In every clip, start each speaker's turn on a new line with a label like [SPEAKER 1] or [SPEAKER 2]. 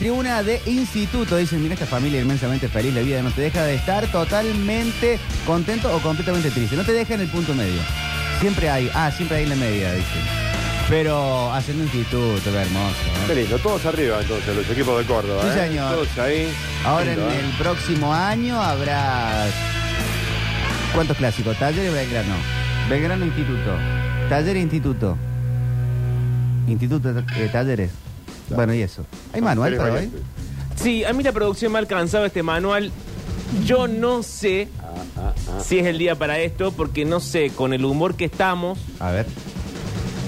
[SPEAKER 1] tribuna de instituto. Dicen, mira esta familia inmensamente feliz, la vida no te deja de estar totalmente contento o completamente triste. No te deja en el punto medio. Siempre hay, ah, siempre hay en la media, dicen. Pero haciendo instituto, qué hermoso. ¿eh?
[SPEAKER 2] Qué lindo, todos arriba entonces, los equipos de Córdoba.
[SPEAKER 1] Sí,
[SPEAKER 2] ¿eh?
[SPEAKER 1] señor.
[SPEAKER 2] Todos ahí.
[SPEAKER 1] Ahora en
[SPEAKER 2] Lindo, ¿eh?
[SPEAKER 1] el próximo año habrá. ¿Cuántos clásicos? Taller y Belgrano. Belgrano Instituto. Taller e Instituto. Instituto eh, Talleres. Bueno, y eso. ¿Hay manual para hoy?
[SPEAKER 3] Sí, a mí la producción me ha alcanzado este manual. Yo no sé
[SPEAKER 2] Ah,
[SPEAKER 3] si es el día para esto, porque no sé, con el humor que estamos,
[SPEAKER 1] A ver.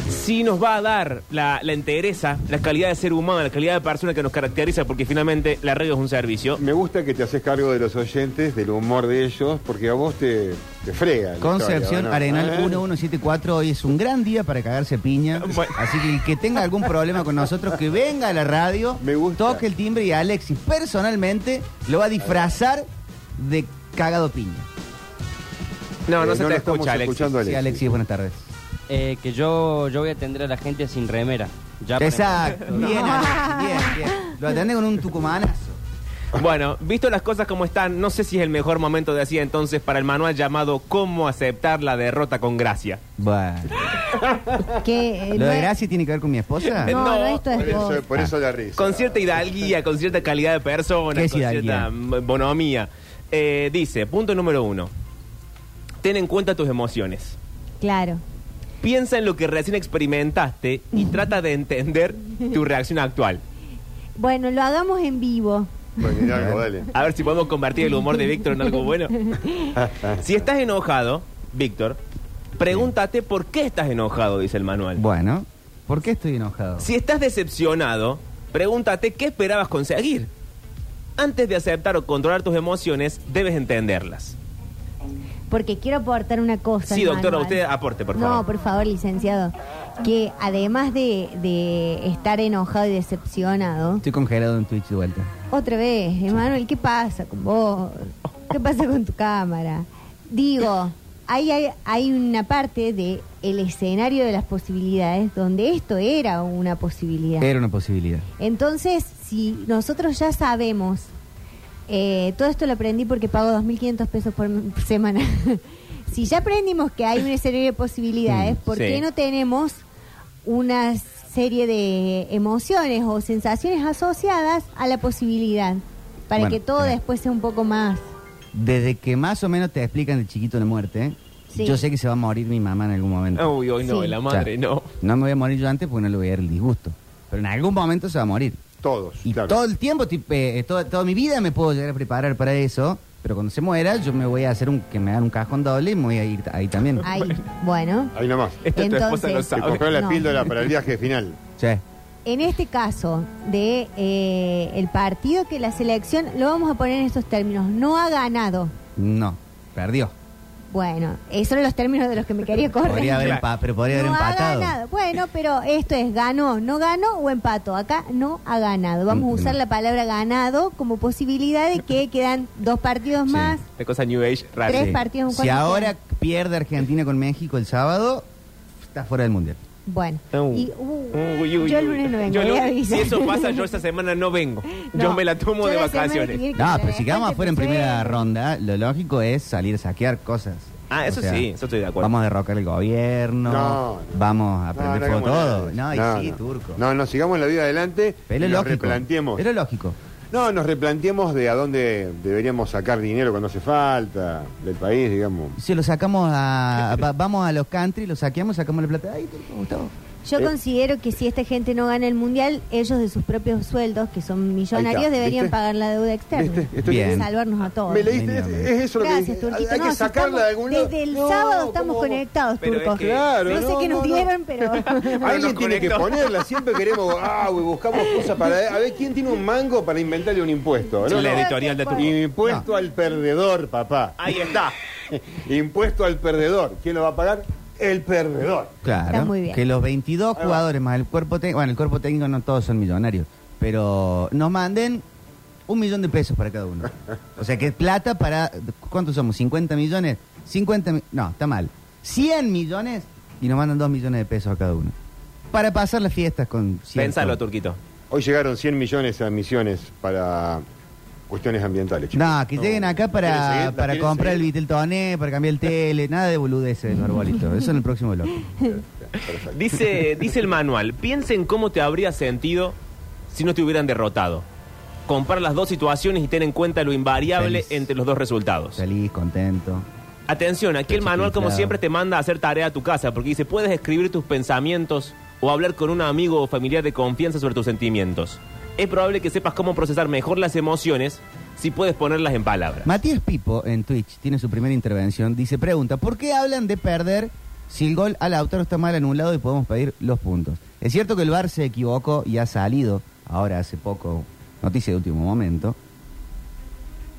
[SPEAKER 3] si nos va a dar la, la entereza, la calidad de ser humano, la calidad de persona que nos caracteriza, porque finalmente la radio es un servicio.
[SPEAKER 2] Me gusta que te haces cargo de los oyentes, del humor de ellos, porque a vos te, te frega. la
[SPEAKER 1] Concepción
[SPEAKER 2] historia, ¿o no?
[SPEAKER 1] Arenal
[SPEAKER 2] ¿Eh?
[SPEAKER 1] 1174. Hoy es un gran día para cagarse a piña.
[SPEAKER 3] Bueno.
[SPEAKER 1] Así que el que tenga algún problema con nosotros, que venga a la radio,
[SPEAKER 2] Me gusta.
[SPEAKER 1] toque el timbre y Alexis personalmente lo va a disfrazar de cagado piña.
[SPEAKER 3] No, no
[SPEAKER 2] Eh,
[SPEAKER 3] se
[SPEAKER 2] no
[SPEAKER 3] te
[SPEAKER 2] lo estamos
[SPEAKER 3] escucha, Alexis.
[SPEAKER 2] escuchando,
[SPEAKER 1] Sí,
[SPEAKER 2] Alexis.
[SPEAKER 1] Alexis, buenas tardes.
[SPEAKER 2] Ah,
[SPEAKER 4] Eh, que yo, yo voy a atender a la gente sin remera. Ya para
[SPEAKER 1] Exacto.
[SPEAKER 4] empezar.
[SPEAKER 1] Bien, Ale, bien, bien. Lo atendés con un tucumanazo.
[SPEAKER 3] Bueno, visto las cosas como están, no sé si es el mejor momento de así entonces para el manual llamado Cómo aceptar la derrota con gracia.
[SPEAKER 1] Bueno.
[SPEAKER 5] Que, eh,
[SPEAKER 1] ¿Lo
[SPEAKER 5] no
[SPEAKER 1] de
[SPEAKER 5] es-
[SPEAKER 1] Gracia tiene que ver con mi esposa?
[SPEAKER 5] No, no,
[SPEAKER 3] No,
[SPEAKER 5] esto
[SPEAKER 2] Por
[SPEAKER 5] es vos.
[SPEAKER 2] eso, por eso la risa.
[SPEAKER 3] Con cierta hidalguía, con cierta calidad de persona,
[SPEAKER 1] ¿Qué
[SPEAKER 3] con
[SPEAKER 1] es hidalguía?
[SPEAKER 3] cierta mm, bonomía. Eh, dice, punto número uno, ten en cuenta tus emociones.
[SPEAKER 5] Claro.
[SPEAKER 3] Piensa en lo que recién experimentaste y trata de entender tu reacción actual.
[SPEAKER 5] Bueno, lo hagamos en vivo.
[SPEAKER 2] Bueno, mira algo, dale.
[SPEAKER 3] A ver si podemos convertir el humor de Víctor en algo bueno. Si estás enojado, Víctor, pregúntate por qué estás enojado, dice el manual.
[SPEAKER 1] Bueno, ¿por qué estoy enojado?
[SPEAKER 3] Si estás decepcionado, pregúntate qué esperabas conseguir. Antes de aceptar o controlar tus emociones, debes entenderlas.
[SPEAKER 5] Porque quiero aportar una cosa.
[SPEAKER 3] Sí,
[SPEAKER 5] al
[SPEAKER 3] doctora,
[SPEAKER 5] manual.
[SPEAKER 3] usted aporte, por
[SPEAKER 5] No,
[SPEAKER 3] favor.
[SPEAKER 5] por favor, licenciado. Que además de, de estar enojado y decepcionado,
[SPEAKER 1] Estoy congelado en Twitch de vuelta.
[SPEAKER 5] otra vez, Emanuel, ¿qué pasa con vos? ¿Qué pasa con tu cámara? Digo, hay, hay, hay una parte de el escenario de las posibilidades donde esto era una posibilidad.
[SPEAKER 1] Era una posibilidad.
[SPEAKER 5] Entonces, si nosotros ya sabemos, eh, todo esto lo aprendí porque pago 2.500 pesos por m- semana. si ya aprendimos que hay una serie de posibilidades, ¿por
[SPEAKER 3] Mm, sí.
[SPEAKER 5] qué no tenemos una serie de emociones o sensaciones asociadas a la posibilidad? Para
[SPEAKER 1] Bueno,
[SPEAKER 5] que todo
[SPEAKER 1] eh.
[SPEAKER 5] después sea un poco más.
[SPEAKER 1] Desde que más o menos te explican de chiquito la muerte, ¿eh?
[SPEAKER 5] Sí.
[SPEAKER 1] yo sé que se va a morir mi mamá en algún momento.
[SPEAKER 3] Uy, hoy no,
[SPEAKER 5] Sí.
[SPEAKER 3] la
[SPEAKER 1] O sea,
[SPEAKER 3] madre, no.
[SPEAKER 1] No me voy a morir yo antes porque no le voy a dar el disgusto. Pero en algún momento se va a morir.
[SPEAKER 2] Todos,
[SPEAKER 1] Y
[SPEAKER 2] claro.
[SPEAKER 1] todo el tiempo, tipo, eh, toda, toda mi vida me puedo llegar a preparar para eso. Pero cuando se muera, yo me voy a hacer un, que me hagan un cajón doble y me voy a ir ahí también.
[SPEAKER 5] Ahí, bueno.
[SPEAKER 2] Ahí nomás.
[SPEAKER 3] Esto tu esposa
[SPEAKER 5] Entonces-
[SPEAKER 3] lo
[SPEAKER 2] Te
[SPEAKER 3] sabe.
[SPEAKER 2] compró la
[SPEAKER 5] No.
[SPEAKER 2] píldora para el viaje final.
[SPEAKER 1] Sí.
[SPEAKER 5] En este caso de eh, el partido que la selección, lo vamos a poner en estos términos, no ha ganado.
[SPEAKER 1] No, perdió.
[SPEAKER 5] Bueno, esos son los términos de los que me quería correr.
[SPEAKER 1] Podría haber empa- pero podría haber
[SPEAKER 5] no
[SPEAKER 1] empatado.
[SPEAKER 5] Ha ganado. Bueno, pero esto es ganó, no ganó o empato. Acá no ha ganado. Vamos
[SPEAKER 1] Mm,
[SPEAKER 5] a usar la palabra ganado como posibilidad de que quedan dos partidos
[SPEAKER 1] Sí.
[SPEAKER 5] más.
[SPEAKER 3] Esta cosa New Age rara.
[SPEAKER 5] Tres
[SPEAKER 1] Sí.
[SPEAKER 5] partidos,
[SPEAKER 1] Si
[SPEAKER 5] ¿cuántos
[SPEAKER 1] ahora
[SPEAKER 5] quedan?
[SPEAKER 1] pierde Argentina con México el sábado, está fuera del mundial.
[SPEAKER 5] Bueno,
[SPEAKER 3] Uh.
[SPEAKER 5] y, uh,
[SPEAKER 3] Uy, uy, uy.
[SPEAKER 5] yo el lunes no vengo.
[SPEAKER 3] Yo
[SPEAKER 5] voy a
[SPEAKER 3] lunes-
[SPEAKER 5] avisar.
[SPEAKER 3] si eso pasa, yo esta semana no vengo.
[SPEAKER 5] No,
[SPEAKER 3] yo me la tomo
[SPEAKER 5] yo
[SPEAKER 3] de
[SPEAKER 5] la semana que
[SPEAKER 3] vacaciones.
[SPEAKER 5] viene que
[SPEAKER 1] No,
[SPEAKER 5] me
[SPEAKER 1] pero si quedamos
[SPEAKER 5] dejaste
[SPEAKER 1] afuera en
[SPEAKER 5] que
[SPEAKER 1] primera
[SPEAKER 5] fue.
[SPEAKER 1] ronda, lo lógico es salir a saquear cosas.
[SPEAKER 3] Ah, eso sí, eso estoy de acuerdo.
[SPEAKER 1] Vamos a derrocar el gobierno,
[SPEAKER 2] No, no.
[SPEAKER 1] vamos a prender
[SPEAKER 2] hagamos
[SPEAKER 1] fuego todo. No,
[SPEAKER 2] nada.
[SPEAKER 1] y sí, turco.
[SPEAKER 2] No, no, sigamos la vida adelante.
[SPEAKER 1] pero
[SPEAKER 2] y
[SPEAKER 1] es
[SPEAKER 2] nos
[SPEAKER 1] lógico.
[SPEAKER 2] replanteemos.
[SPEAKER 1] Pero es lógico.
[SPEAKER 2] No, nos replanteemos de a dónde deberíamos sacar dinero cuando hace falta, del país, digamos.
[SPEAKER 1] Si lo sacamos a. va- vamos a los country, lo saqueamos, sacamos la plata. Ay, turco, Gustavo.
[SPEAKER 5] Yo
[SPEAKER 2] Eh.
[SPEAKER 5] considero que si esta gente no gana el mundial, ellos de sus propios sueldos, que son millonarios,
[SPEAKER 2] ¿viste?
[SPEAKER 5] deberían pagar la deuda externa.
[SPEAKER 2] ¿Viste? Estoy-
[SPEAKER 1] Bien.
[SPEAKER 5] Y salvarnos a todos.
[SPEAKER 2] Me leíste, es,
[SPEAKER 1] Mínimamente.
[SPEAKER 2] es eso lo
[SPEAKER 5] Gracias,
[SPEAKER 2] que
[SPEAKER 5] Turquito.
[SPEAKER 2] Hay
[SPEAKER 5] No,
[SPEAKER 2] que
[SPEAKER 5] si
[SPEAKER 2] sacarla de
[SPEAKER 5] estamos-
[SPEAKER 2] algún lado.
[SPEAKER 5] Desde el
[SPEAKER 2] No,
[SPEAKER 5] sábado
[SPEAKER 2] ¿cómo
[SPEAKER 5] estamos
[SPEAKER 2] vamos?
[SPEAKER 5] conectados,
[SPEAKER 3] Pero es
[SPEAKER 5] Turco.
[SPEAKER 3] que-
[SPEAKER 2] Claro,
[SPEAKER 5] no, sé
[SPEAKER 2] no,
[SPEAKER 5] qué nos
[SPEAKER 2] no, no.
[SPEAKER 5] dieron, pero.
[SPEAKER 2] Alguien
[SPEAKER 3] nos
[SPEAKER 2] tiene que
[SPEAKER 3] conectó.
[SPEAKER 2] ponerla, siempre queremos, ah, güey, buscamos cosas para... A ver, ¿quién tiene un mango para inventarle un impuesto? No,
[SPEAKER 3] la
[SPEAKER 2] no.
[SPEAKER 3] editorial de tu
[SPEAKER 2] Impuesto al perdedor, papá.
[SPEAKER 3] Ahí está.
[SPEAKER 2] Impuesto al perdedor. ¿Quién lo va a pagar? El perdedor.
[SPEAKER 1] Claro.
[SPEAKER 5] Está muy bien.
[SPEAKER 1] Que los 22
[SPEAKER 2] Ahí va.
[SPEAKER 1] jugadores más el cuerpo técnico, bueno, el cuerpo técnico no todos son millonarios, pero nos manden un millón de pesos para cada uno. O sea, que plata para, ¿cuántos somos? ¿50 millones? 50, mi- no, está mal. 100 millones y nos mandan 2 millones de pesos a cada uno. Para pasar las fiestas con... cierto-
[SPEAKER 3] Pensalo, Turquito.
[SPEAKER 2] Hoy llegaron 100 millones a misiones para cuestiones ambientales. chicos.
[SPEAKER 1] No, que lleguen acá
[SPEAKER 2] ¿La quieren
[SPEAKER 1] para,
[SPEAKER 2] seguir? ¿La
[SPEAKER 1] para
[SPEAKER 2] quieren
[SPEAKER 1] comprar el
[SPEAKER 2] seguir?
[SPEAKER 1] Viteltoné, para cambiar el tele, nada de boludeces, barbolito. Eso en el próximo bloque.
[SPEAKER 2] Perfecto.
[SPEAKER 3] Dice, dice el manual, piensa en cómo te habría sentido si no te hubieran derrotado. Compara las dos situaciones y ten en cuenta lo invariable
[SPEAKER 1] Feliz.
[SPEAKER 3] entre los dos resultados.
[SPEAKER 1] Feliz, contento.
[SPEAKER 3] Atención, aquí el
[SPEAKER 1] Pecho
[SPEAKER 3] manual como
[SPEAKER 1] inflado.
[SPEAKER 3] siempre te manda a hacer tarea a tu casa porque dice, puedes escribir tus pensamientos o hablar con un amigo o familiar de confianza sobre tus sentimientos. Es probable que sepas cómo procesar mejor las emociones si puedes ponerlas en palabras.
[SPEAKER 1] Matías Pipo en Twitch tiene su primera intervención. Dice, pregunta, ¿por qué hablan de perder si el gol al Lautaro está mal anulado y podemos pedir los puntos? Es cierto que el VAR se equivocó y ha salido, ahora hace poco, noticia de último momento,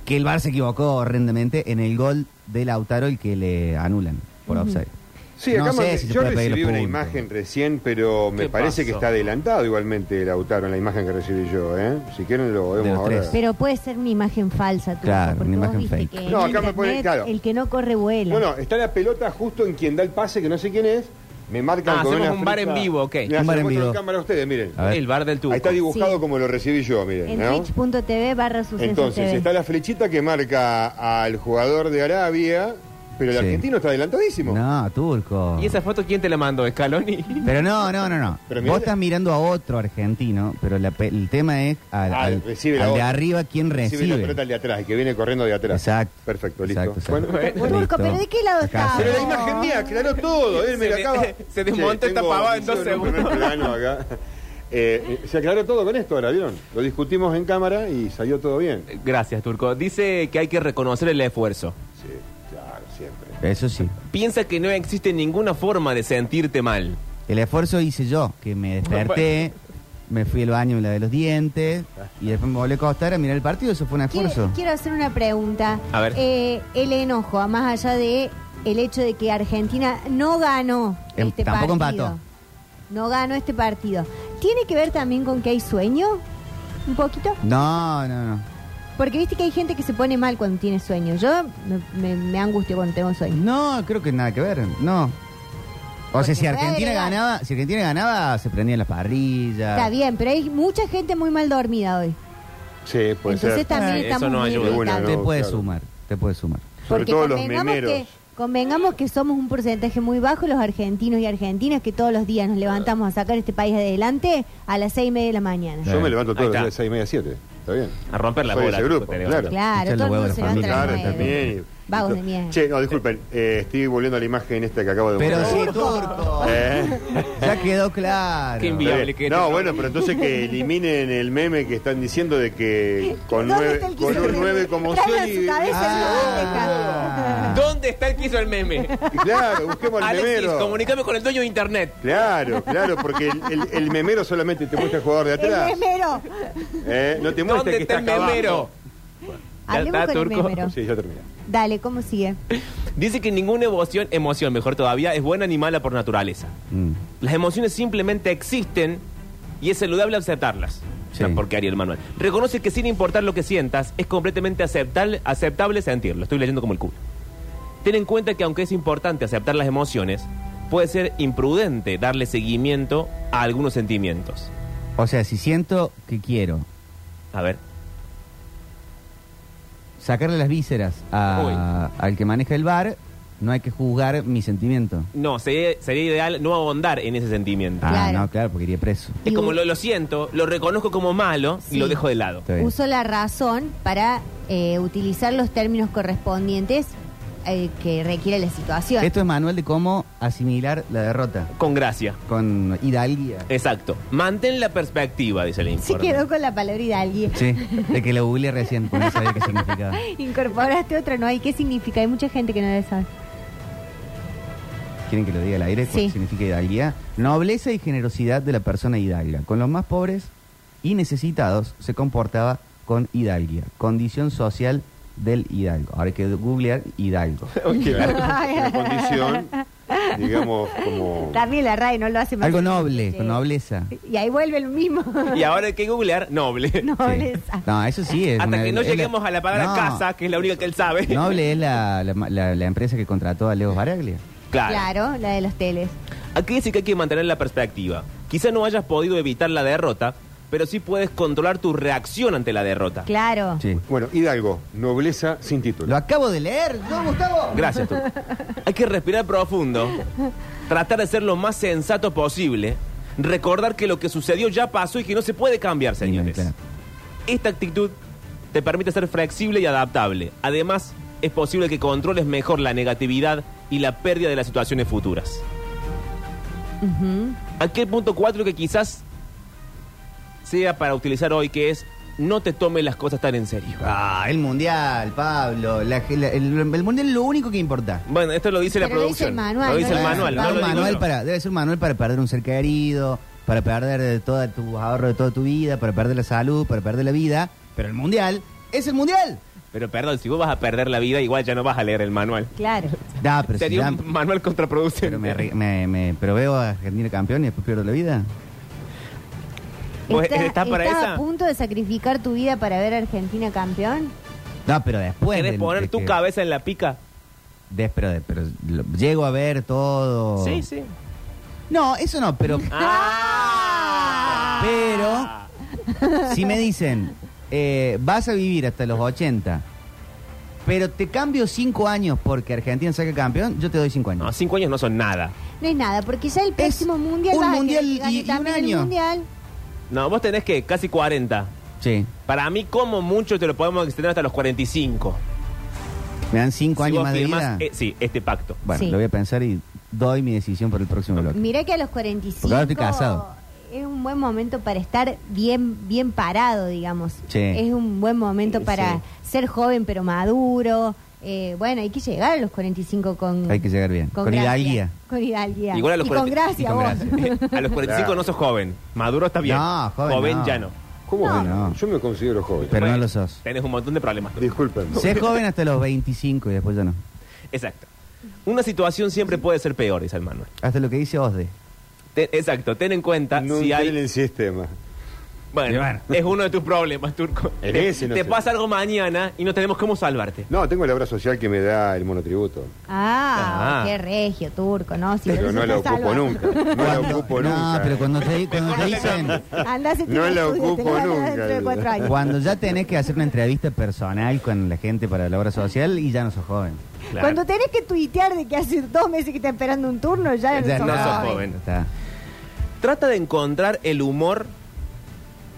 [SPEAKER 1] que el VAR se equivocó horrendamente en el gol de Lautaro, el que le anulan por offside.
[SPEAKER 2] Sí, acá
[SPEAKER 1] No sé
[SPEAKER 2] mandé-
[SPEAKER 1] si se
[SPEAKER 2] yo
[SPEAKER 1] puede pedir
[SPEAKER 2] recibí una
[SPEAKER 1] punto.
[SPEAKER 2] imagen recién, pero me
[SPEAKER 3] ¿Qué
[SPEAKER 2] parece
[SPEAKER 3] pasó?
[SPEAKER 2] que está adelantado igualmente Lautaro en la imagen que recibí yo, ¿eh? Si quieren lo
[SPEAKER 1] De
[SPEAKER 2] vemos
[SPEAKER 1] los
[SPEAKER 2] ahora.
[SPEAKER 1] tres.
[SPEAKER 5] Pero puede ser una imagen falsa, tú,
[SPEAKER 1] Claro,
[SPEAKER 5] porque
[SPEAKER 1] una
[SPEAKER 5] vos
[SPEAKER 1] imagen
[SPEAKER 5] viste
[SPEAKER 1] fake.
[SPEAKER 5] que en
[SPEAKER 2] No, acá me
[SPEAKER 5] internet
[SPEAKER 2] pone- claro.
[SPEAKER 5] El que no corre vuela.
[SPEAKER 2] No, no, está la pelota justo en quien da el pase, que no sé quién es. Me marcan
[SPEAKER 3] Ah,
[SPEAKER 2] con
[SPEAKER 3] hacemos
[SPEAKER 2] una
[SPEAKER 3] un bar
[SPEAKER 2] flecha.
[SPEAKER 3] en vivo, ok. Ah,
[SPEAKER 2] Mirá,
[SPEAKER 1] Un
[SPEAKER 2] se
[SPEAKER 1] bar
[SPEAKER 2] lo
[SPEAKER 1] en
[SPEAKER 2] muestro
[SPEAKER 1] vivo.
[SPEAKER 2] en cámara a ustedes, miren.
[SPEAKER 1] A ver.
[SPEAKER 3] El bar del tubo.
[SPEAKER 2] Ahí está dibujado
[SPEAKER 5] Sí.
[SPEAKER 2] como lo recibí yo, miren,
[SPEAKER 5] En
[SPEAKER 2] ¿no?
[SPEAKER 5] twitch.tv barra suceso
[SPEAKER 2] Entonces,
[SPEAKER 5] TV.
[SPEAKER 2] está
[SPEAKER 1] Ah,
[SPEAKER 2] la flechita que marca al jugador de Arabia, pero el
[SPEAKER 1] Sí.
[SPEAKER 2] argentino está adelantadísimo.
[SPEAKER 1] No, turco.
[SPEAKER 3] ¿Y esa foto quién te la mandó? ¿Escaloni?
[SPEAKER 1] Pero no, no, no, no.
[SPEAKER 2] Pero mirá
[SPEAKER 1] Vos
[SPEAKER 2] la-
[SPEAKER 1] estás mirando a otro argentino, pero la pe- el tema es al,
[SPEAKER 2] Ah,
[SPEAKER 1] al-
[SPEAKER 2] recibe la
[SPEAKER 1] al de
[SPEAKER 2] otra.
[SPEAKER 1] arriba quién recibe.
[SPEAKER 2] Recibe la pelota al de atrás, el que viene corriendo de atrás.
[SPEAKER 1] Exacto.
[SPEAKER 2] Perfecto, listo.
[SPEAKER 1] Exacto,
[SPEAKER 2] Bueno,
[SPEAKER 1] exacto.
[SPEAKER 3] bueno.
[SPEAKER 1] Listo.
[SPEAKER 5] Turco, ¿pero de qué lado
[SPEAKER 1] Acá
[SPEAKER 5] está?
[SPEAKER 1] se-
[SPEAKER 2] Pero la
[SPEAKER 5] No.
[SPEAKER 2] imagen mía aclaró todo. Él me
[SPEAKER 3] Se
[SPEAKER 2] la
[SPEAKER 3] de-
[SPEAKER 2] acaba.
[SPEAKER 3] se desmontó
[SPEAKER 2] Che,
[SPEAKER 3] esta
[SPEAKER 2] tengo
[SPEAKER 3] pavada en dos
[SPEAKER 2] visión primer
[SPEAKER 3] segundos.
[SPEAKER 2] plano acá. Eh, eh, se aclaró todo con esto ahora, ¿vieron? Lo discutimos en cámara y salió todo bien.
[SPEAKER 3] Gracias, Turco. Dice que hay que reconocer el esfuerzo.
[SPEAKER 2] Sí, claro, siempre.
[SPEAKER 1] Eso sí.
[SPEAKER 3] Piensa que no existe ninguna forma de sentirte mal.
[SPEAKER 1] El esfuerzo hice yo, que me desperté, me fui al baño, me lavé los dientes y después me volví a acostar a mirar el partido. Eso fue un esfuerzo.
[SPEAKER 5] Quiero, quiero hacer una pregunta.
[SPEAKER 3] A ver.
[SPEAKER 5] Eh, el enojo, a más allá de el hecho de que Argentina no ganó
[SPEAKER 1] Em,
[SPEAKER 5] este
[SPEAKER 1] tampoco
[SPEAKER 5] partido.
[SPEAKER 1] empató.
[SPEAKER 5] No ganó este partido. ¿Tiene que ver también con que hay sueño? ¿Un poquito?
[SPEAKER 1] No, no, no.
[SPEAKER 5] Porque viste que hay gente que se pone mal cuando tiene sueño. Yo me, me- me angustio cuando tengo sueño.
[SPEAKER 1] No, creo que nada que ver. No. O sea,
[SPEAKER 5] Porque
[SPEAKER 1] si
[SPEAKER 5] puede
[SPEAKER 1] Argentina
[SPEAKER 5] agregar.
[SPEAKER 1] ganaba, si Argentina ganaba, se prendían las parrillas.
[SPEAKER 5] Está bien, pero hay mucha gente muy mal dormida hoy.
[SPEAKER 2] Sí, puede
[SPEAKER 5] Entonces
[SPEAKER 2] ser.
[SPEAKER 5] también
[SPEAKER 3] Sí, Ah, eso
[SPEAKER 5] estamos
[SPEAKER 3] no
[SPEAKER 5] muy
[SPEAKER 3] ayuda.
[SPEAKER 5] irritables.
[SPEAKER 2] Bueno,
[SPEAKER 1] Te
[SPEAKER 2] No,
[SPEAKER 1] puede
[SPEAKER 2] claro.
[SPEAKER 1] sumar, te puede sumar.
[SPEAKER 2] Sobre
[SPEAKER 5] Porque
[SPEAKER 2] todo los
[SPEAKER 5] convengamos
[SPEAKER 2] memeros.
[SPEAKER 5] que, convengamos que somos un porcentaje muy bajo los argentinos y argentinas que todos los días nos levantamos a sacar este país adelante a las seis y media de la mañana.
[SPEAKER 2] Yo me levanto
[SPEAKER 3] Ahí
[SPEAKER 2] todos los
[SPEAKER 3] está.
[SPEAKER 2] días de 6 y media 7. ¿Está bien?
[SPEAKER 3] A romper la
[SPEAKER 2] Soy
[SPEAKER 3] bola,
[SPEAKER 2] ese grupo,
[SPEAKER 3] tipo, te
[SPEAKER 2] claro.
[SPEAKER 5] Claro,
[SPEAKER 1] Echan
[SPEAKER 5] todo
[SPEAKER 1] los
[SPEAKER 5] el
[SPEAKER 1] huevos
[SPEAKER 5] mundo
[SPEAKER 1] de
[SPEAKER 5] se
[SPEAKER 1] familia.
[SPEAKER 5] levanta a
[SPEAKER 2] Claro,
[SPEAKER 5] las nueve.
[SPEAKER 2] también.
[SPEAKER 5] Vagos de mierda.
[SPEAKER 2] Che, no, disculpen. eh, estoy volviendo a la imagen esta que acabo de
[SPEAKER 1] Pero sí,
[SPEAKER 2] mostrar.
[SPEAKER 1] turco.
[SPEAKER 2] Eh.
[SPEAKER 1] Ya quedó claro.
[SPEAKER 3] Qué envidia. Viable que
[SPEAKER 2] no,
[SPEAKER 3] te-
[SPEAKER 2] bueno, pero entonces que eliminen el meme que están diciendo de que con,
[SPEAKER 5] ¿Dónde
[SPEAKER 2] nueve,
[SPEAKER 5] está el que
[SPEAKER 2] con
[SPEAKER 5] se
[SPEAKER 2] un
[SPEAKER 5] ríe?
[SPEAKER 2] 9 como
[SPEAKER 5] Traigan
[SPEAKER 2] Sony.
[SPEAKER 5] su cabeza
[SPEAKER 1] Ah.
[SPEAKER 3] ¿Dónde está el que hizo el meme?
[SPEAKER 2] Claro, busquemos el
[SPEAKER 3] Alexis,
[SPEAKER 2] memero.
[SPEAKER 3] comunícame con el dueño de internet.
[SPEAKER 2] Claro, claro, porque el, el- el memero solamente te muestra el jugador de
[SPEAKER 5] en la
[SPEAKER 2] atrás.
[SPEAKER 5] cabeza. El memero.
[SPEAKER 2] Eh, No te muestra
[SPEAKER 3] ¿Dónde
[SPEAKER 2] que está
[SPEAKER 3] está el memero?
[SPEAKER 2] acabando.
[SPEAKER 5] Hablemos
[SPEAKER 3] está,
[SPEAKER 5] con el
[SPEAKER 3] Turco.
[SPEAKER 5] memero.
[SPEAKER 2] Sí, ya terminé.
[SPEAKER 5] Dale, ¿cómo sigue?
[SPEAKER 3] Dice que ninguna emoción, emoción mejor todavía, es buena ni mala por naturaleza.
[SPEAKER 1] Mm.
[SPEAKER 3] Las emociones simplemente existen y es saludable aceptarlas.
[SPEAKER 1] Sí.
[SPEAKER 3] Una porquería el manual. Reconoce que sin importar lo que sientas, es completamente aceptal- aceptable sentirlo. Estoy leyendo como el culo. Ten en cuenta que aunque es importante aceptar las emociones, puede ser imprudente darle seguimiento a algunos sentimientos.
[SPEAKER 1] O sea, si siento que quiero
[SPEAKER 3] A ver.
[SPEAKER 1] sacarle las vísceras a- al que maneja el bar, no hay que juzgar mi sentimiento.
[SPEAKER 3] No, sería, sería ideal no ahondar en ese sentimiento.
[SPEAKER 1] Ah,
[SPEAKER 5] Claro.
[SPEAKER 1] no, claro, porque iría preso.
[SPEAKER 3] Es como lo, lo siento, lo reconozco como malo y
[SPEAKER 5] Sí.
[SPEAKER 3] lo dejo de lado.
[SPEAKER 1] Está bien.
[SPEAKER 5] Uso la razón para eh, utilizar los términos correspondientes eh, que requiere la situación.
[SPEAKER 1] Esto es manual de cómo asimilar la derrota
[SPEAKER 3] Con gracia.
[SPEAKER 1] con hidalguía.
[SPEAKER 3] Exacto. Mantén la perspectiva, dice el
[SPEAKER 5] Se
[SPEAKER 3] informe.
[SPEAKER 5] quedó con la palabra hidalguía.
[SPEAKER 1] Sí, de que lo googleé recién, porque no sabía qué significaba.
[SPEAKER 5] Incorporaste otra, ¿no? ¿Y qué significa? Hay mucha gente que no le sabe.
[SPEAKER 1] ¿Quieren que lo diga al aire? ¿Cuál
[SPEAKER 5] Sí.
[SPEAKER 1] significa hidalguía? Nobleza y generosidad de la persona hidalga. Con los más pobres y necesitados se comportaba con hidalguía. Condición social del hidalgo. Ahora hay que googlear hidalgo.
[SPEAKER 2] Una condición, digamos, como.
[SPEAKER 5] También la RAE no lo hace más.
[SPEAKER 1] Oh. Algo noble, con
[SPEAKER 5] Sí.
[SPEAKER 1] nobleza.
[SPEAKER 5] Y ahí vuelve lo mismo.
[SPEAKER 3] Y ahora hay que googlear noble.
[SPEAKER 1] Sí.
[SPEAKER 5] Nobleza.
[SPEAKER 1] No, eso sí es.
[SPEAKER 3] Hasta
[SPEAKER 1] una-
[SPEAKER 3] que no
[SPEAKER 1] es la-
[SPEAKER 3] lleguemos a la palabra
[SPEAKER 1] No,
[SPEAKER 3] casa, que es la única que él sabe.
[SPEAKER 1] Noble es la, la- la- la empresa que contrató a Leo Baraglia.
[SPEAKER 3] Claro.
[SPEAKER 5] Claro, la de los teles.
[SPEAKER 3] Aquí dice que hay que mantener la perspectiva. Quizá no hayas podido evitar la derrota, pero sí puedes controlar tu reacción ante la derrota.
[SPEAKER 5] Claro.
[SPEAKER 1] Sí.
[SPEAKER 2] Bueno, Hidalgo, nobleza sin
[SPEAKER 1] Lo
[SPEAKER 2] título.
[SPEAKER 1] acabo de leer, ¿no, Gustavo?
[SPEAKER 3] Gracias, tú. Hay que respirar profundo, tratar de ser lo más sensato posible, recordar que lo que sucedió ya pasó y que no se puede cambiar,
[SPEAKER 1] Sí,
[SPEAKER 3] señores.
[SPEAKER 1] claro.
[SPEAKER 3] Esta actitud te permite ser flexible y adaptable. Además, es posible que controles mejor la negatividad y la pérdida de las situaciones futuras.
[SPEAKER 5] Ujú.
[SPEAKER 3] Aquí el punto 4 que quizás sea para utilizar hoy, que es no te tomes las cosas tan en serio.
[SPEAKER 1] Ah, el mundial, Pablo. la- la- el, el mundial es lo único que importa.
[SPEAKER 3] Bueno, esto lo dice la
[SPEAKER 5] Pero lo dice
[SPEAKER 3] producción.
[SPEAKER 5] el manual,
[SPEAKER 3] Lo dice
[SPEAKER 5] ¿no?
[SPEAKER 3] el manual, no
[SPEAKER 1] Va un
[SPEAKER 3] lo digo
[SPEAKER 1] manual
[SPEAKER 3] yo.
[SPEAKER 1] para, debe ser un manual para perder un ser querido, para perder de toda tu ahorro de toda tu vida, para perder la salud, para perder la vida. Pero el mundial es el mundial.
[SPEAKER 3] Pero perdón, si vos vas a perder la vida, igual ya no vas a leer el manual.
[SPEAKER 5] Claro.
[SPEAKER 1] Da, pero si
[SPEAKER 3] Sería
[SPEAKER 1] ya-
[SPEAKER 3] un manual contraproducente.
[SPEAKER 1] pero, me, re- me- me- pero veo a Argentina campeón y después pierdo la vida.
[SPEAKER 3] ¿Vos
[SPEAKER 5] ¿Estás,
[SPEAKER 3] estás para
[SPEAKER 5] estás
[SPEAKER 3] esa?
[SPEAKER 5] a punto de sacrificar tu vida para ver a Argentina campeón?
[SPEAKER 1] No, pero después.
[SPEAKER 3] ¿Querés
[SPEAKER 1] del-
[SPEAKER 3] poner
[SPEAKER 1] de
[SPEAKER 3] tu
[SPEAKER 1] que-
[SPEAKER 3] cabeza en la pica?
[SPEAKER 1] des- pero, pero lo- llego a ver todo.
[SPEAKER 3] Sí, sí.
[SPEAKER 1] No, eso no, pero.
[SPEAKER 3] Ah.
[SPEAKER 1] Pero si me dicen, eh, vas a vivir hasta los 80, pero te cambio 5 años porque Argentina saca campeón, yo te doy 5
[SPEAKER 3] No,
[SPEAKER 1] años.
[SPEAKER 3] cinco años no son nada.
[SPEAKER 5] No es nada, porque ya el próximo mundial
[SPEAKER 1] un
[SPEAKER 5] va a
[SPEAKER 1] mundial
[SPEAKER 5] querer que gane
[SPEAKER 1] y- y un
[SPEAKER 5] también el
[SPEAKER 1] año.
[SPEAKER 5] mundial.
[SPEAKER 3] No, vos tenés que casi 40.
[SPEAKER 1] Sí,
[SPEAKER 3] Para mí, como mucho, te lo podemos extender hasta los 45.
[SPEAKER 1] me dan 5
[SPEAKER 3] Si
[SPEAKER 1] años
[SPEAKER 3] vos
[SPEAKER 1] más de
[SPEAKER 3] firmás,
[SPEAKER 1] vida.
[SPEAKER 3] eh, sí, este pacto.
[SPEAKER 1] Bueno,
[SPEAKER 5] Sí.
[SPEAKER 1] lo voy a pensar y doy mi decisión para el próximo bloque.
[SPEAKER 5] Mirá que a los 45
[SPEAKER 1] Porque ahora estoy casado.
[SPEAKER 5] es un buen momento para estar bien bien parado, digamos.
[SPEAKER 1] Sí.
[SPEAKER 5] Es un buen momento
[SPEAKER 3] Sí,
[SPEAKER 5] para
[SPEAKER 3] sí.
[SPEAKER 5] ser joven pero maduro. Eh, bueno, hay que llegar a los 45 con
[SPEAKER 1] Hay que llegar bien. Con
[SPEAKER 5] gracia.
[SPEAKER 1] hidalguía.
[SPEAKER 5] Con hidalguía.
[SPEAKER 3] Igual a los
[SPEAKER 5] y con
[SPEAKER 3] 40
[SPEAKER 5] gracia,
[SPEAKER 1] y con
[SPEAKER 5] vos.
[SPEAKER 1] gracia.
[SPEAKER 3] a los 45
[SPEAKER 2] Claro.
[SPEAKER 3] no sos joven. Maduro está bien.
[SPEAKER 1] No, joven no.
[SPEAKER 3] ya no.
[SPEAKER 2] ¿Cómo
[SPEAKER 5] No.
[SPEAKER 2] ven?
[SPEAKER 1] No.
[SPEAKER 2] Yo me considero joven.
[SPEAKER 1] Pero no
[SPEAKER 3] Bueno,
[SPEAKER 1] lo sos.
[SPEAKER 3] Tenés un montón de problemas.
[SPEAKER 2] Disculpen.
[SPEAKER 1] Sé joven hasta los 25 y después ya no.
[SPEAKER 3] Exacto. Una situación siempre puede ser peor, dice el manual.
[SPEAKER 1] Hasta lo que dice Osde.
[SPEAKER 3] Te- exacto, ten en cuenta
[SPEAKER 2] No
[SPEAKER 3] si hay...
[SPEAKER 2] tienen el sistema.
[SPEAKER 3] Bueno,
[SPEAKER 1] Y bueno.
[SPEAKER 3] es uno de tus problemas, Turco.
[SPEAKER 2] En
[SPEAKER 3] Te-
[SPEAKER 2] ese no
[SPEAKER 3] te
[SPEAKER 2] sé.
[SPEAKER 3] pasa algo mañana y no tenemos cómo salvarte.
[SPEAKER 2] No, tengo la obra social que me da el monotributo.
[SPEAKER 5] Ah,
[SPEAKER 3] Ah.
[SPEAKER 5] qué regio turco, ¿no? Si
[SPEAKER 2] Pero
[SPEAKER 5] vos
[SPEAKER 2] no
[SPEAKER 5] sos
[SPEAKER 2] la
[SPEAKER 5] casado,
[SPEAKER 2] ocupo nunca. No la
[SPEAKER 1] Cuando-
[SPEAKER 2] ocupo
[SPEAKER 1] no,
[SPEAKER 2] nunca. eh.
[SPEAKER 1] pero cuando te, cuando te dicen...
[SPEAKER 5] Andás a
[SPEAKER 2] No la
[SPEAKER 5] estudiar,
[SPEAKER 2] ocupo
[SPEAKER 5] te lo van a dar
[SPEAKER 2] nunca.
[SPEAKER 5] dentro de cuatro años.
[SPEAKER 1] Cuando ya tenés que hacer una entrevista personal con la gente para la obra social y ya no sos joven.
[SPEAKER 3] Claro.
[SPEAKER 5] Cuando tenés que tuitear de que hace dos meses que está esperando un turno, ya,
[SPEAKER 1] Ya
[SPEAKER 5] no
[SPEAKER 3] no
[SPEAKER 5] sos
[SPEAKER 3] sos
[SPEAKER 5] joven.
[SPEAKER 3] joven.
[SPEAKER 1] Está.
[SPEAKER 3] Trata de encontrar el humor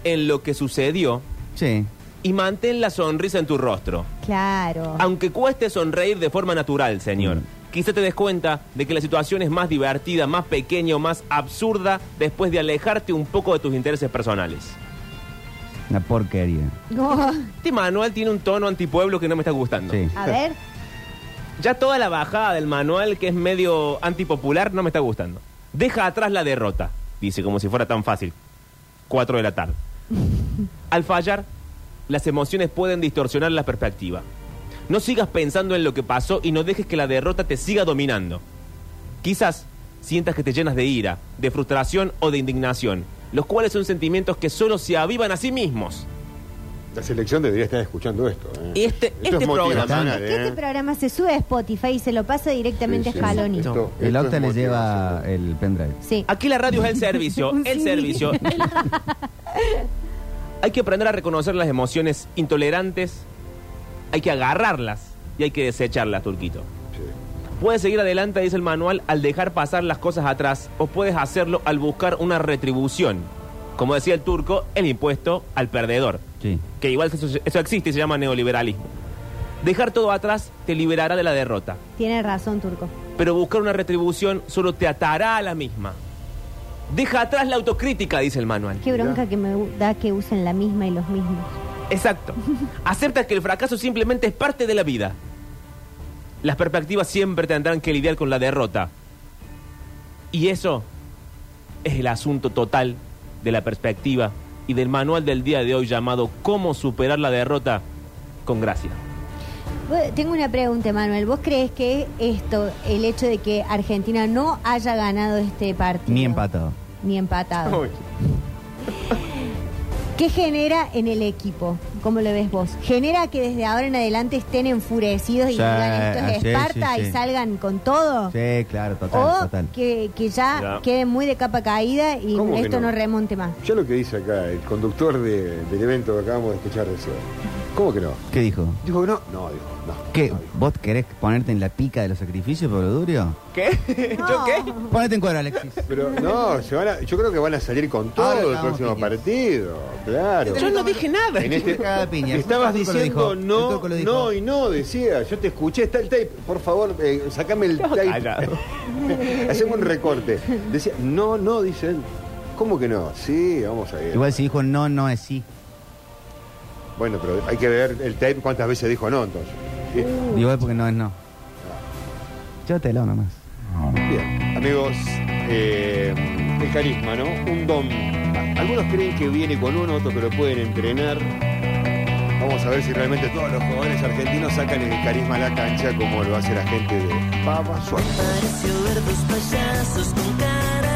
[SPEAKER 3] en lo que sucedió
[SPEAKER 1] Sí.
[SPEAKER 3] y mantén la sonrisa en tu rostro.
[SPEAKER 5] Claro.
[SPEAKER 3] Aunque cueste sonreír de forma natural, señor.
[SPEAKER 1] Mm.
[SPEAKER 3] Quizá te des cuenta de que la situación es más divertida, más pequeña o más absurda después de alejarte un poco de tus intereses personales.
[SPEAKER 1] Una porquería.
[SPEAKER 5] No.
[SPEAKER 3] Este manual tiene un tono antipueblo que no me está gustando.
[SPEAKER 1] Sí.
[SPEAKER 5] A ver,
[SPEAKER 3] Ya toda la bajada del manual, que es medio antipopular, no me está gustando. Deja atrás la derrota, dice como si fuera tan fácil. Cuatro de la tarde. Al fallar, las emociones pueden distorsionar la perspectiva. No sigas pensando en lo que pasó y no dejes que la derrota te siga dominando. Quizás sientas que te llenas de ira, de frustración o de indignación, los cuales son sentimientos que solo se avivan a sí mismos.
[SPEAKER 2] La selección debería estar escuchando esto. ¿eh?
[SPEAKER 3] Este-
[SPEAKER 2] Esto
[SPEAKER 3] este
[SPEAKER 2] es
[SPEAKER 3] programa.
[SPEAKER 2] motivacional,
[SPEAKER 5] que este
[SPEAKER 2] ¿eh?
[SPEAKER 5] programa se sube a Spotify y se lo pasa directamente
[SPEAKER 2] Sí, sí,
[SPEAKER 5] a Scaloni.
[SPEAKER 2] esto- esto
[SPEAKER 1] El
[SPEAKER 2] es
[SPEAKER 1] Octa le lleva eh.
[SPEAKER 2] motivacional.
[SPEAKER 1] el pendrive.
[SPEAKER 5] Sí.
[SPEAKER 3] Aquí la radio es el servicio, el
[SPEAKER 5] Sí.
[SPEAKER 3] servicio. el- Hay que aprender a reconocer las emociones intolerantes, hay que agarrarlas y hay que desecharlas, Turquito.
[SPEAKER 2] Sí.
[SPEAKER 3] Puedes seguir adelante, dice el manual, al dejar pasar las cosas atrás o puedes hacerlo al buscar una retribución. Como decía el turco, el impuesto al perdedor.
[SPEAKER 1] Sí.
[SPEAKER 3] Que igual eso, eso existe y se llama neoliberalismo. Dejar todo atrás te liberará de la derrota,
[SPEAKER 5] Tiene razón, Turco.
[SPEAKER 3] pero buscar una retribución solo te atará a la misma. Deja atrás la autocrítica, dice el manual.
[SPEAKER 5] Qué bronca que me u- da que usen la misma y los mismos.
[SPEAKER 3] Exacto. Acepta que el fracaso simplemente es parte de la vida. Las perspectivas siempre tendrán que lidiar con la derrota. Y eso es el asunto total de la perspectiva y del manual del día de hoy llamado Cómo superar la derrota con gracia.
[SPEAKER 5] Vos- Tengo una pregunta, Manuel. ¿Vos crees que esto, el hecho de que Argentina no haya ganado este partido?
[SPEAKER 1] Ni empatado.
[SPEAKER 5] Ni empatado.
[SPEAKER 2] Uy,
[SPEAKER 5] ¿Qué genera en el equipo? ¿Cómo lo ves vos? ¿Genera que desde ahora en adelante estén enfurecidos y
[SPEAKER 1] Sí, ah,
[SPEAKER 5] digan esto es
[SPEAKER 1] sí,
[SPEAKER 5] Esparta
[SPEAKER 1] sí, sí.
[SPEAKER 5] y salgan con todo?
[SPEAKER 1] Sí, claro, total,
[SPEAKER 5] o
[SPEAKER 1] total.
[SPEAKER 5] que, que ya
[SPEAKER 3] Ya.
[SPEAKER 5] queden muy de capa caída y
[SPEAKER 2] ¿Cómo que
[SPEAKER 5] esto
[SPEAKER 2] no?
[SPEAKER 5] no? remonte más.
[SPEAKER 2] Yo lo que dice acá el conductor de- del evento que acabamos de escuchar recién. ¿Cómo que no?
[SPEAKER 1] ¿Qué dijo?
[SPEAKER 2] Dijo que no. No, dijo, no.
[SPEAKER 1] ¿Qué?
[SPEAKER 2] no, dijo.
[SPEAKER 1] ¿Vos querés ponerte en la pica de los sacrificios, Pablo Durio?
[SPEAKER 3] ¿Qué? ¿Yo
[SPEAKER 5] No.
[SPEAKER 3] qué?
[SPEAKER 1] Ponete en cuero, Alexis.
[SPEAKER 2] Pero no, se van a- yo creo que van a salir con
[SPEAKER 1] Ahora
[SPEAKER 2] todo el
[SPEAKER 1] estamos
[SPEAKER 2] próximo
[SPEAKER 1] piñas.
[SPEAKER 2] partido. Claro.
[SPEAKER 3] Yo no dije nada.
[SPEAKER 2] En este
[SPEAKER 1] Yo me cagaba de piñas. El turco
[SPEAKER 2] Estabas
[SPEAKER 1] lo
[SPEAKER 2] diciendo
[SPEAKER 1] dijo, el
[SPEAKER 2] no,
[SPEAKER 1] turco lo dijo.
[SPEAKER 2] no y no, decía. Yo te escuché, está el tape. Por favor, eh, sacame el tape.
[SPEAKER 3] Callado.
[SPEAKER 2] Hacemos un recorte. Decía, no, no, dice él. ¿Cómo que no? Sí, vamos a ver.
[SPEAKER 1] Igual si dijo no, no es sí.
[SPEAKER 2] Bueno, pero hay que ver el tape cuántas veces dijo no, entonces. Sí.
[SPEAKER 1] Igual porque no es no. Llévatelo nomás.
[SPEAKER 2] Bien, amigos, eh, el carisma, ¿no? Un don. Algunos creen que viene con uno, otros que lo pueden entrenar. Vamos a ver si realmente todos los jugadores argentinos sacan el carisma a la cancha como lo hace la gente de Pava Suárez.
[SPEAKER 6] Pareció ver dos payasos con cara